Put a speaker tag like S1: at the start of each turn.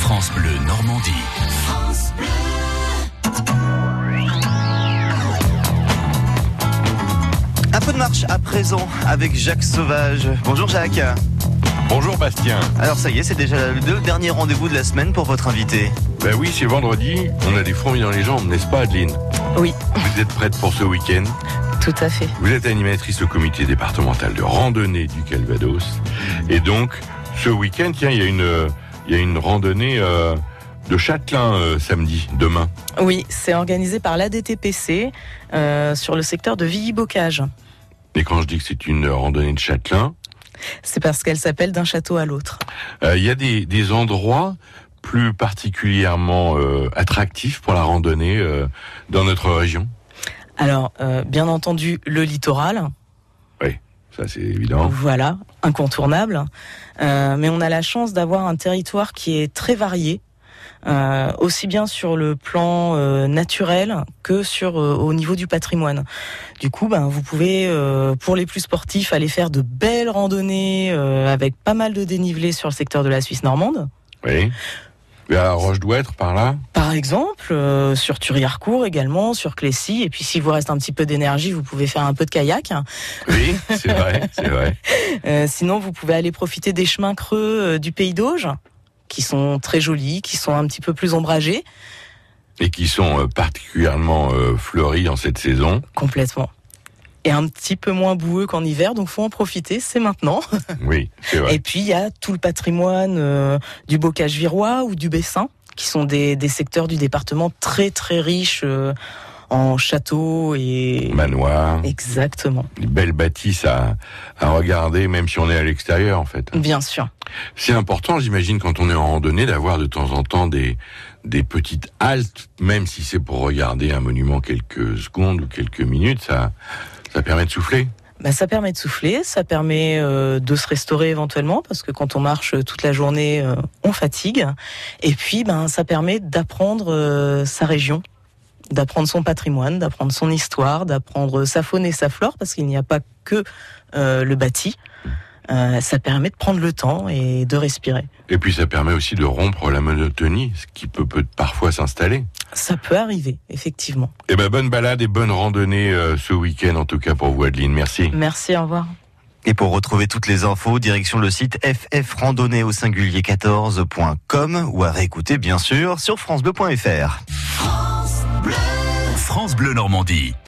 S1: France Bleu Normandie. France Bleu.
S2: Un peu de marche à présent avec Jacques Sauvage. Bonjour Jacques.
S3: Bonjour Bastien.
S2: Alors ça y est, c'est déjà le dernier rendez-vous de la semaine pour votre invité.
S3: Ben oui, c'est vendredi, on a des fourmis dans les jambes, n'est-ce pas Adeline
S4: Oui.
S3: Vous êtes prête pour ce week-end
S4: Tout à fait.
S3: Vous êtes animatrice au comité départemental de randonnée du Calvados. Et donc, ce week-end, tiens, il y a une, euh, il y a une randonnée euh, de Châtelain euh, samedi, demain.
S4: Oui, c'est organisé par l'ADTPC euh, sur le secteur de Villy-Bocage.
S3: Et quand je dis que c'est une euh, randonnée de Châtelain,
S4: C'est parce qu'elle s'appelle d'un château à l'autre.
S3: euh, il y a des, des endroits plus particulièrement euh, attractifs pour la randonnée euh, dans notre région.
S4: Alors, euh, bien entendu, le littoral,
S3: Ça, c'est évident.
S4: voilà, incontournable. Euh, mais on a la chance d'avoir un territoire qui est très varié, euh, aussi bien sur le plan euh, naturel que sur euh, au niveau du patrimoine. Du coup, ben, vous pouvez, euh, pour les plus sportifs, aller faire de belles randonnées euh, avec pas mal de dénivelé sur le secteur de la Suisse normande.
S3: Oui. À Roche-d'Ouêtre, par là
S4: Par exemple, euh, sur Turiarcourt également, sur Clécy. Et puis, s'il vous reste un petit peu d'énergie, vous pouvez faire un peu de kayak.
S3: Oui, c'est vrai, c'est vrai.
S4: Euh, sinon, vous pouvez aller profiter des chemins creux euh, du Pays d'Auge, qui sont très jolis, qui sont un petit peu plus ombragés,
S3: Et qui sont euh, particulièrement euh, fleuris en cette saison.
S4: complètement. Et un petit peu moins boueux qu'en hiver, donc faut en profiter, c'est maintenant.
S3: Oui, c'est vrai.
S4: Et puis, il y a tout le patrimoine euh, du bocage virois ou du Bessin, qui sont des, des secteurs du département très, très riches euh, en châteaux et...
S3: Manoir,
S4: Exactement,
S3: des belles bâtisses à, à regarder, même si on est à l'extérieur, en fait.
S4: bien sûr.
S3: C'est important, j'imagine, quand on est en randonnée, d'avoir de temps en temps des, des petites haltes, même si c'est pour regarder un monument quelques secondes ou quelques minutes, ça, ça permet de souffler.
S4: Bah, ça permet de souffler, ça permet euh, de se restaurer éventuellement parce que quand on marche toute la journée, euh, on fatigue. Et puis, ben, ça permet d'apprendre euh, sa région, d'apprendre son patrimoine, d'apprendre son histoire, d'apprendre sa faune et sa flore parce qu'il n'y a pas que euh, le bâti. Euh, ça permet de prendre le temps et de respirer.
S3: Et puis ça permet aussi de rompre la monotonie, ce qui peut, peut parfois s'installer.
S4: Ça peut arriver, effectivement.
S3: Eh ben, bonne balade et bonne randonnée euh, ce week-end, en tout cas pour vous, Adeline. Merci.
S4: Merci, au revoir.
S2: Et pour retrouver toutes les infos, direction le site ffrandonnée au singulier 14.com ou à réécouter bien sûr sur francebleu.fr.
S1: France Bleu Normandie.